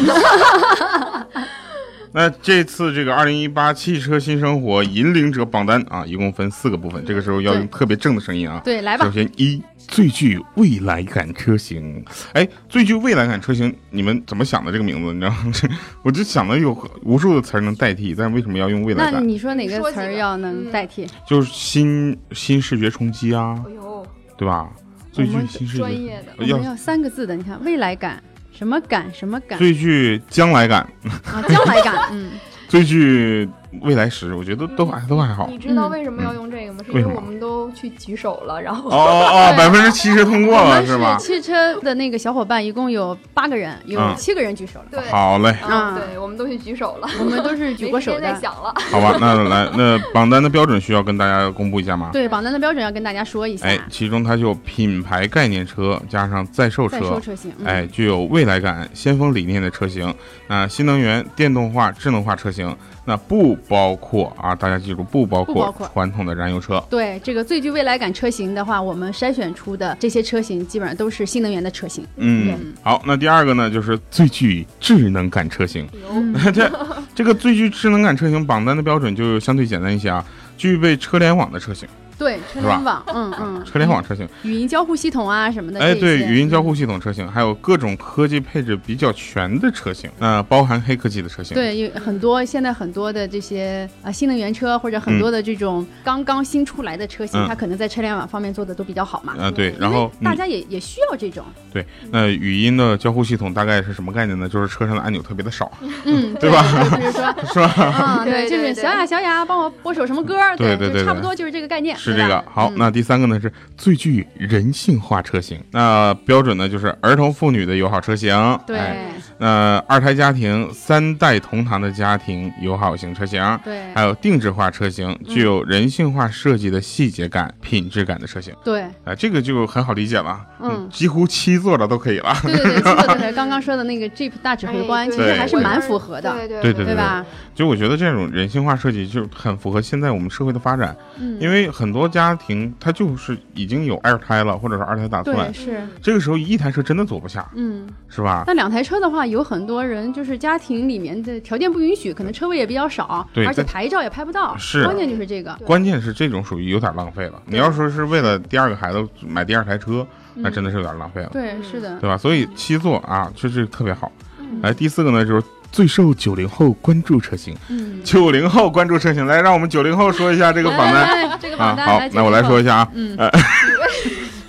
S4: 那这次这个二零一八汽车新生活引领者榜单啊，一共分四个部分，这个时候要用
S2: 对
S4: 特别正的声音啊。
S2: 对，来
S4: 首
S2: 吧，
S4: 先一最具未来感车型，哎，最具未来感车型，你们怎么想的这个名字？你知道吗？ *laughs* 我就想的有无数的词儿能代替，但是为什么要用未来
S2: 那
S4: 感？
S2: 你说哪
S3: 你说
S2: 个
S3: 几
S2: 词儿
S3: 个嗯
S2: 要能代替？
S4: 就是新新视觉冲击啊
S3: 哎，呦，
S4: 对吧？最具
S2: 我们
S4: 新视觉
S3: 专业的
S2: 我
S4: 要
S2: 们要三个字的，你看未来感。什么感？什么感
S4: 最具将来感， *laughs*
S2: 啊？将来感，嗯，
S4: 最具未来十，我觉得都还都还好。
S3: 你知道为什么要用这个吗？是
S4: 为
S3: 因
S4: 什
S3: 为
S4: 么
S3: 我们都去举手了，然后
S4: 哦
S2: *laughs*
S4: 哦，百分之七十通过
S2: 啊我
S4: 了
S2: 们 *laughs*
S4: 是吧？
S2: 汽车的那个小伙伴一共有八个人，有
S4: 嗯
S2: 七个人举手了。
S3: 对，
S4: 好嘞，
S2: 啊
S3: 嗯，对，我们都去举手了，
S2: 我们都是举过手
S3: 没时间
S2: 的
S3: 再。想了。
S4: 好吧，那来那榜单的标准需要跟大家公布一下吗？
S2: 对榜单的标准要跟大家说一下，
S4: 哎，其中它就有品牌概念车加上在售
S2: 在
S4: 车，
S2: 售车型，嗯、
S4: 哎，具有未来感、先锋理念的车型，那新能源、电动化、智能化车型，那不包括啊，大家记住，不包
S2: 不包
S4: 括
S2: 括
S4: 传统的燃油车。
S2: 对这个最具未来感车型的话，我们筛选出的这些车型基本上都是新能源的车型。
S4: 嗯，好，那第二个呢，就是最具智能感车型。
S2: 嗯，
S4: 这这个最具智能感车型榜单的标准就相对简单一些啊，具备车联网的车型，啊
S2: 对，车联网，嗯嗯，
S4: 车联网车型，
S2: 语音交互系统啊什么的。
S4: 哎，
S2: 这一
S4: 对，
S2: 些
S4: 语音交互系统车型，还有各种科技配置比较全的车型，那包含黑科技的车型。
S2: 对，有很多现在很多的这些呃新能源车或者很多的这种刚刚新出来的车型，
S4: 嗯
S2: 它可能在车联网方面做的都比较好嘛。
S4: 啊，对，然后
S2: 因为大家也、也需要这种，
S4: 对，那语音的交互系统大概是什么概念呢？就是车上的按钮特别的少， *laughs*
S2: 嗯，
S4: 对吧？
S2: 就是说，
S4: *laughs* 是吧？
S2: 嗯，
S3: *laughs*
S2: 对，
S3: 对对
S2: 就是
S3: 对
S2: 小雅小雅帮我播首什么歌儿，
S4: *laughs* 对对
S2: 就
S4: 对
S2: 差不
S4: 对
S2: 多就是这个概念，
S4: 是
S2: 对嗯
S4: 这个
S2: 吧
S4: 好，那第三个呢是最具人性化车型，那标准呢就是儿童妇女的友好车型，
S2: 对、
S4: 哎那二胎家庭、三代同堂的家庭友好型车型，
S2: 对嗯
S4: 还有定制化车型，具有人性化设计的细节感、品质感的车型，
S2: 对
S4: 啊，这个就很好理解了，
S2: 嗯
S4: 几乎七座的都可以了， *laughs*
S2: 对对对，对对对，刚刚说的那个 Jeep 大指挥官，
S3: 哎
S2: 其
S4: 对
S2: 实还是蛮符合的，
S3: 对
S4: 对
S3: 对
S4: 对
S2: 吧？
S4: 就我觉得这种人性化设计就很符合现在我们社会的发展，
S2: 嗯，
S4: 因为很多家庭他就是已经有二胎了，或者是二胎打
S2: 对
S4: 算，
S3: 嗯
S2: 是。
S4: 这个时候一台车真的坐不下，
S2: 嗯，
S4: 是吧？
S2: 那两台车的话，有很多人就是家庭里面的条件不允许，可能车位也比较少，
S4: 对
S2: 而且
S4: 但
S2: 牌照也拍不到，
S4: 是
S2: 关键就是这个，
S4: 关键是这种属于有点浪费了。你要说是为了第二个孩子买第二台车，那真的是有点浪费了，
S2: 嗯对，是的，
S4: 对吧？所以七座啊，确实特别好。
S2: 嗯
S4: 来，第四个呢就是。最受九零后关注车型，
S2: 嗯，
S4: 九零后关注车型，来让我们九零后说一下这个榜
S2: *laughs*
S4: 单
S2: 来，哎这个
S4: 啊
S2: 榜。单，
S4: 好，那我来说一
S2: 下，
S4: 下啊，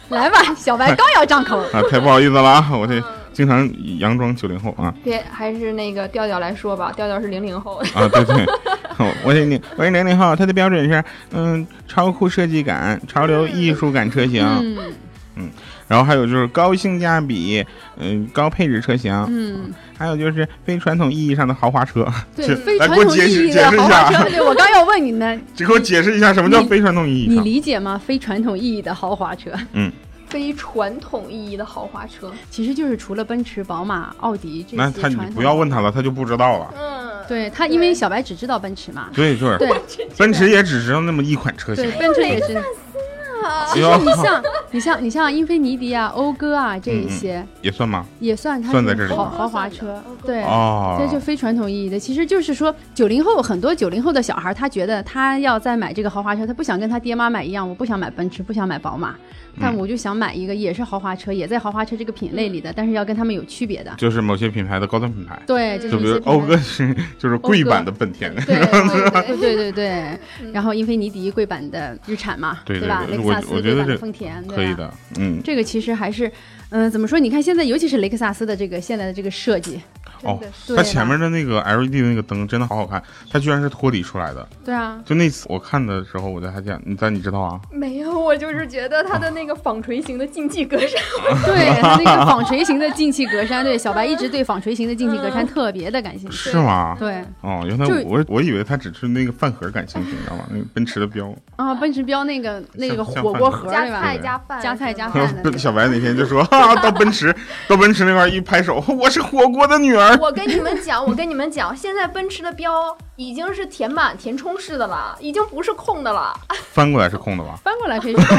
S2: 来吧，小
S4: *laughs*
S2: 白刚要张口，
S4: 啊，太不好意思了啊，我
S2: 嗯
S4: 这经常佯装九零后啊
S3: 别还是那个调调来说吧，调调是零零后，
S4: 啊，对对，我我是零我是零零后，它的标准是嗯，超酷设计感、潮流艺术感车型，
S2: 嗯
S4: 然后还有就是高性价比，嗯、高配置车型，
S2: 嗯，
S4: 还有就是非传统意义上的豪华 *laughs* 车。
S2: 对
S4: 这，
S2: 非
S4: 来
S2: 传
S4: 给我
S2: 统
S4: 解释
S2: 意义
S4: 解
S2: 的
S4: 释一
S2: 豪
S4: 下
S2: 华
S4: *laughs*
S2: 车，对我刚要问你呢，
S4: 这给我解释一下什么叫
S2: 你
S4: 非传统意义
S2: 你
S4: 上？
S2: 理解吗？非传统意义的豪华车，
S3: 非传统意义的豪华车。
S2: 其实就是除了奔驰、宝马、奥迪这
S4: 那
S2: 些
S4: 他
S2: 传统，
S4: 你不要问他了，他就不知道了。
S3: 嗯，
S2: 对他，因为小白只知道奔驰
S4: *laughs*
S2: 嘛。
S4: 对，就是
S2: 对
S4: 奔驰也只知道那么一款车型
S2: 对，。奔驰也是。
S4: 哎
S2: 其
S4: 呦
S2: 实你像你像你像英菲尼迪啊、讴歌啊这一些，
S4: 也算吗？
S2: 也算它
S4: 嗯算在这里
S2: 豪
S4: 吗
S2: 豪华车。对，
S4: 哦，
S2: 这就非传统意义的。其实就是说，九零后很多九零后的小孩，他觉得他要再买这个豪华车，他不想跟他爹妈买一样，我不想买奔驰，不想买宝马，
S4: 嗯
S2: 但我就想买一个也是豪华车，也在豪华车这个品类里的，但是要跟他们有区别的。
S4: 就是某些品牌的高端品牌，
S2: 对，就是
S4: 就
S2: 一些
S4: 比如
S2: 品牌
S4: 讴歌是就是贵版的本田。
S2: 对对
S4: *laughs*
S3: 对
S2: 对对对对，然后英菲尼迪贵版的日产嘛，
S4: 对
S2: 吧？
S4: 对
S2: 雷
S4: 对
S2: 克萨斯
S4: 我我觉
S2: 贵
S4: 得
S2: 版的
S4: 这
S2: 丰田，对吧
S4: 可以的，嗯，
S2: 这个其实还是，嗯、怎么说？你看现在，尤其是雷克萨斯的这个现在的这个设计，
S4: 哦
S3: 真的是，
S4: 它前面的那个 LED 的那个灯真的好好看，它居然是脱离出来的。
S2: 对啊，
S4: 就那次我看的时候，我在还讲，你但你知道啊？
S3: 没有，我就是觉得它的那个纺锤型的竞技格栅，
S2: *laughs*
S4: *laughs*
S2: 对它那个纺锤型的进气格栅，对小白一直对纺锤型的进气
S3: 嗯
S2: 格栅特别的感兴趣。
S4: 是吗？
S2: 对
S4: 哦，原来
S2: 就是
S4: 我我以为它只是那个饭盒感兴趣，你知道吗？那个奔驰的
S2: *laughs*
S4: 标。
S2: 啊，奔驰标那个那个
S4: 像像
S2: 火锅盒
S4: 饭
S3: *laughs* 加
S2: 对吧
S3: 菜？加饭，
S2: 加菜加
S3: 饭。
S2: 饭
S3: *laughs*
S2: 的那
S4: 小
S2: 个。
S4: 白哪天就说啊，到奔驰，到奔驰那块一拍手，我是火锅的女儿。
S3: 我跟你们讲，我跟你们讲，现在奔驰的标已经是填满、填充式的了，已经不是空的了，
S4: 翻过来是空的吧？
S2: 翻过来可以是空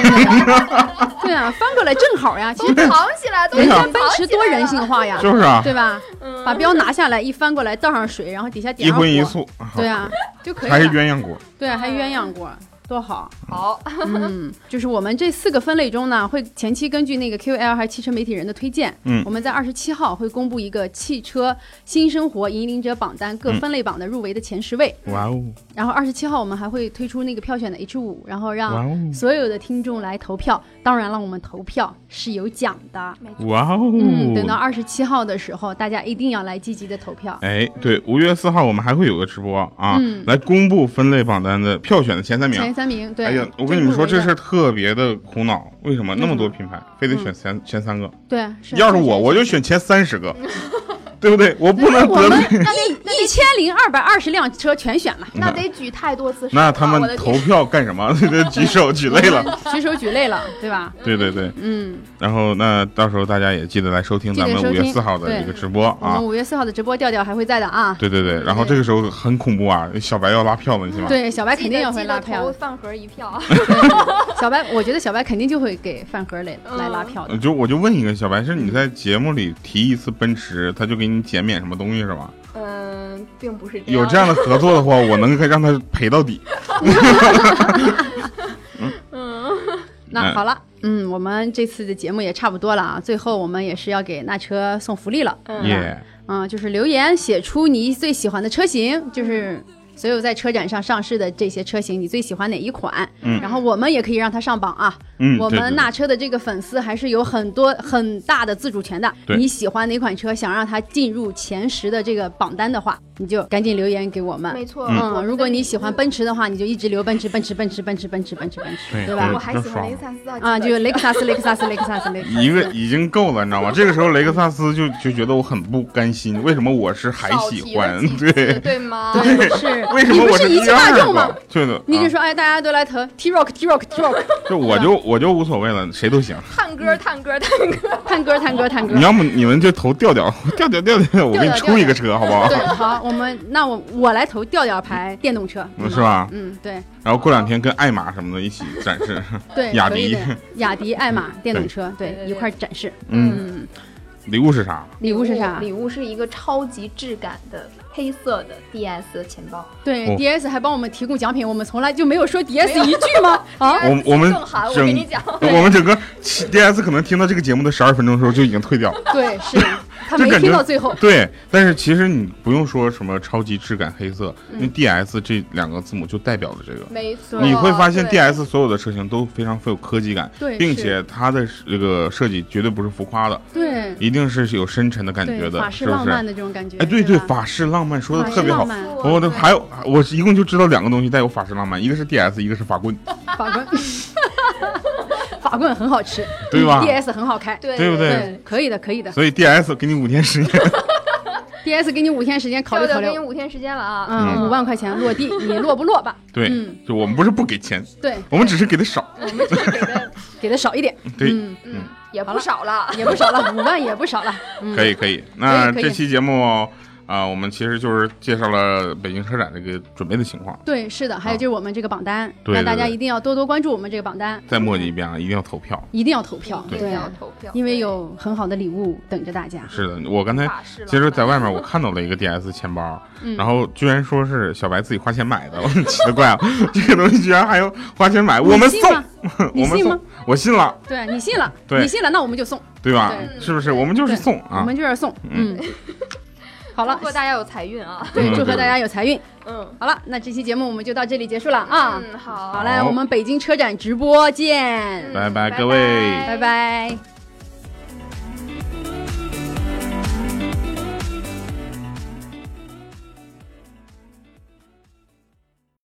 S2: 的对啊，翻过来正好呀。其
S3: 都
S2: 实
S3: 藏起
S4: *laughs*
S3: 来，都
S2: 人家
S3: 藏
S2: 奔驰多人性化呀，
S4: 就是啊，
S2: 对吧？
S3: 嗯
S2: 把标拿下来，一翻过来，倒上水，然后底下点
S4: 一
S2: 上火
S4: 荤一素，
S2: 对啊，就可以
S4: 还是
S2: 了。
S4: 鸳鸯锅。
S2: 对啊，还鸳�鸯锅。多好！
S3: 好，
S2: 嗯，就是我们这四个分类中呢，会前期根据那个 QL 还有汽车媒体人的推荐，
S4: 嗯
S2: 我们在二十七号会公布一个汽车新生活引领者榜单各分类榜的入围的前十位，
S4: 哇哦，
S2: 然后二十七号我们还会推出那个票选的 H 五，然后
S4: 哇
S2: 让
S4: 哦，
S2: 所有的听众来投票。当然了，我们投票是有奖的。
S4: 哇哦，
S2: 嗯，等到二十七号的时候，大家一定要来积极的投票。
S4: 哎，对，五月四号我们还会有个直播啊，
S2: 嗯
S4: 来公布分类榜单的票选的前三名。
S2: 前三名，对，
S4: 哎呀，我跟你们说这事
S2: 是
S4: 儿特别的苦恼，为什么那么多品牌非得选
S2: 嗯
S4: 前、前三个？
S2: 对，是
S4: 要是我，我就选前三十个， *laughs* 对不对？我不能
S2: 我
S4: 得
S2: 们
S4: 罪。
S2: 一一千零二百二十辆车全选了，
S3: 那得举太多次手了。
S4: *laughs* *laughs* 那他
S3: 我的
S4: 们
S3: 天
S4: 投票干什么？ *laughs* 这
S2: *laughs*
S4: 举手举累了。
S2: 举手举累了，对吧？
S4: 对对对，
S2: 嗯，
S4: 然后那到时候大家也记得来收听
S2: 记得
S4: 咱们
S2: 收
S4: 五月
S2: 听
S4: 四号的
S2: 对嗯
S4: 一个直播
S2: 我
S4: 啊
S2: 们。五月四号的直播调调还会在的啊。
S4: 对对对，然后这个时候很恐怖啊，小白要拉票了，你起码。
S2: 对，小白肯
S3: 记
S2: 定
S3: 得
S2: 要
S3: 记
S2: 会
S3: 得
S2: 拉
S3: 投
S2: 票。
S3: 饭盒一 *laughs* 票。
S2: 小白，我觉得小白肯定就会给饭盒来
S3: 嗯
S2: 来拉票的
S4: 呃。就我就问一个小白，是你在节目里提一次奔驰，他就给你减免什么东西是吧？
S3: 嗯，并不是这样。
S4: 有这样的合作
S2: *laughs*
S4: 的话，我能可以让他赔到底。
S2: 那好了，嗯，我们这次的节目也差不多了啊。最后我们也是要给那车送福利了，
S3: 嗯
S4: 耶，
S2: 嗯，就是留言写出你最喜欢的车型，就是所有在车展上上市的这些车型，你最喜欢哪一款？
S4: 嗯
S2: 然后我们也可以让它上榜啊。
S4: 嗯，
S2: 我
S4: 对对
S2: 们纳车的这个粉丝还是有很多很大的自主权的。
S4: 对
S2: 你喜欢哪款车，想让它进入前十的这个榜单的话，你就赶紧留言给我们。
S3: 没错。我
S2: 嗯，
S3: 们
S2: 如果
S3: 的
S2: 你
S3: 礼
S2: 喜欢
S3: 物，
S2: 奔驰的话，你就一直留奔驰，奔驰，奔驰，奔驰，奔驰，奔驰，奔驰，
S4: 对
S2: 对吧
S3: 嗯
S4: 对
S3: 我？还
S4: 真
S3: 喜欢
S4: 爽
S3: 雷克萨斯
S2: 啊，
S3: 记
S2: 就
S3: 得
S2: 雷克萨斯，雷克萨斯，雷克萨斯，
S4: *laughs*
S2: 雷克萨斯。
S4: 一个已经够了，你知道吗？这个时候雷克萨斯就就觉得我很不甘心，为什么我是还
S3: 少
S4: 喜
S3: 提了
S4: 欢
S3: 几？次
S4: *laughs* 对，
S3: 对吗？
S2: 对，嗯是
S4: 为什
S2: 你
S4: 么
S2: 不
S4: 我
S2: 是
S4: 第
S2: 一气大
S4: 二
S2: 众吗
S4: 个？？对的，
S2: 你就嗯
S4: 啊
S2: 说，哎，大家都来投 T Rock T Rock T Rock，
S3: *laughs*
S4: 就我就我就无所谓了，谁都行。
S3: 探
S2: 嗯
S3: 歌，探歌，探歌。
S2: 探歌探歌探歌
S4: 你。要么你们就投调调，调调调调，我给你
S2: 调调
S4: 出一个车，好不好？
S2: 对，好，我们那我我来投调调牌电动车，
S4: 是吧？
S2: 嗯，对
S4: 然后过两天跟爱玛什么的一起展
S2: *laughs*
S4: 示。
S2: 对，
S4: 雅
S2: 可以
S4: 迪
S2: 的，雅迪、爱玛电动车，
S3: 对
S2: 对，
S3: 对
S2: 一块儿展示。
S4: 嗯，
S2: 嗯，
S4: 礼物是啥？
S2: 礼物是啥？
S3: 礼物是一个超级质感的黑色的 DS 钱包，
S2: 对
S4: 哦
S2: ，DS 还帮我们提供奖品，我们从来就没有说 DS 一句
S3: *laughs*
S2: 吗？啊，
S4: 我我们
S3: 更寒我
S4: 整
S3: 跟你讲
S4: 我们整个 DS 可能听到这个节目的十二分钟的时候就已经退掉了。
S2: 对，是他
S4: 就
S2: 啊没
S4: 感
S2: 听
S4: 觉
S2: 到最后。
S4: 对，但是其实你不用说什么超级质感黑色，因为
S2: 嗯
S4: DS 这两个字母就代表了这个。
S3: 没错
S4: 你会发现
S3: 对
S4: DS 所有的车型都非常富有科技感，
S2: 对
S4: 并
S2: 是
S4: 且它的这个设计绝对不是浮夸的，
S2: 对
S4: 一定是有深沉的感觉
S2: 对，
S4: 的，
S2: 法式
S4: 是不
S2: 浪
S4: 是？
S2: 漫的这种感觉。
S4: 哎，对对，
S2: 吧
S4: 法式浪漫说的
S2: 法式
S4: 特别好
S2: 浪。漫
S4: 我的
S3: 对
S4: 还有，我一共就知道两个东西带有法式浪漫，一个是 DS，一个是法棍，
S2: 法棍， *laughs* 法棍很好吃，
S4: 对吧
S2: ？DS 很好开，
S3: 对
S4: 对不对
S2: 对，可以的，可以的。
S4: 所以 DS 给你五天时间。
S2: DS 给你五天时间考虑
S3: 调
S2: 考
S3: 调
S2: 虑
S3: 给你，五天时间了啊，
S2: 嗯，五万块钱落地，
S4: *laughs*
S2: 你落不落吧？
S4: 对，
S2: 嗯
S4: 就我们不是不给钱，
S2: 对，
S4: 我们只是给的少。
S3: 我们只是给的
S2: 给的少一点，
S4: 对，
S2: 嗯，
S3: 嗯也不少了，
S2: 也不少了，五万也不少了。嗯
S4: 可以可以。那
S2: 可以
S4: 这期节目啊、我们其实就是介绍了北京车展这个准备的情况。
S2: 对，是的，还有就是我们这个榜单，
S4: 嗯对
S2: 那
S4: 对
S2: 大家
S4: 对
S2: 一定要多多关注我们这个榜单，
S4: 再磨叽一遍
S2: 嗯
S4: 啊，一定要投票。
S2: 一定要投票，
S3: 一定要投票，
S2: 因为有很好的礼物等着大家。
S4: 是的，我刚才
S3: 法式浪漫
S4: 其实，在外面我看到了一个 DS 钱包，
S2: 嗯
S4: 然后居然说是小白自己花钱买的，我 *laughs* 很奇了怪了，这个东西居然还要花钱买，我们
S2: 你信
S4: 送 *laughs*
S2: 吗，你
S4: 我们
S2: 信吗
S4: 送，我信了，
S2: 对你信了，
S4: 对
S2: 你信了，那我们就送，
S4: 对吧？
S2: 对
S4: 是不是？我们就是
S2: 对
S4: 送
S2: 我
S4: 啊
S2: 们，就是送，嗯。
S4: *laughs*
S2: 好
S3: 包
S2: 了，
S3: 括大家有财运啊，
S2: 对，
S4: 嗯
S2: 祝贺
S4: 对
S2: 大家有财运。
S3: 嗯
S2: 好了，那这期节目我们就到这里结束了啊。
S3: 嗯，好，
S4: 嗯
S2: 好嘞，我们北京车展直播见，
S4: 拜拜
S3: 拜
S4: 各位
S2: 拜拜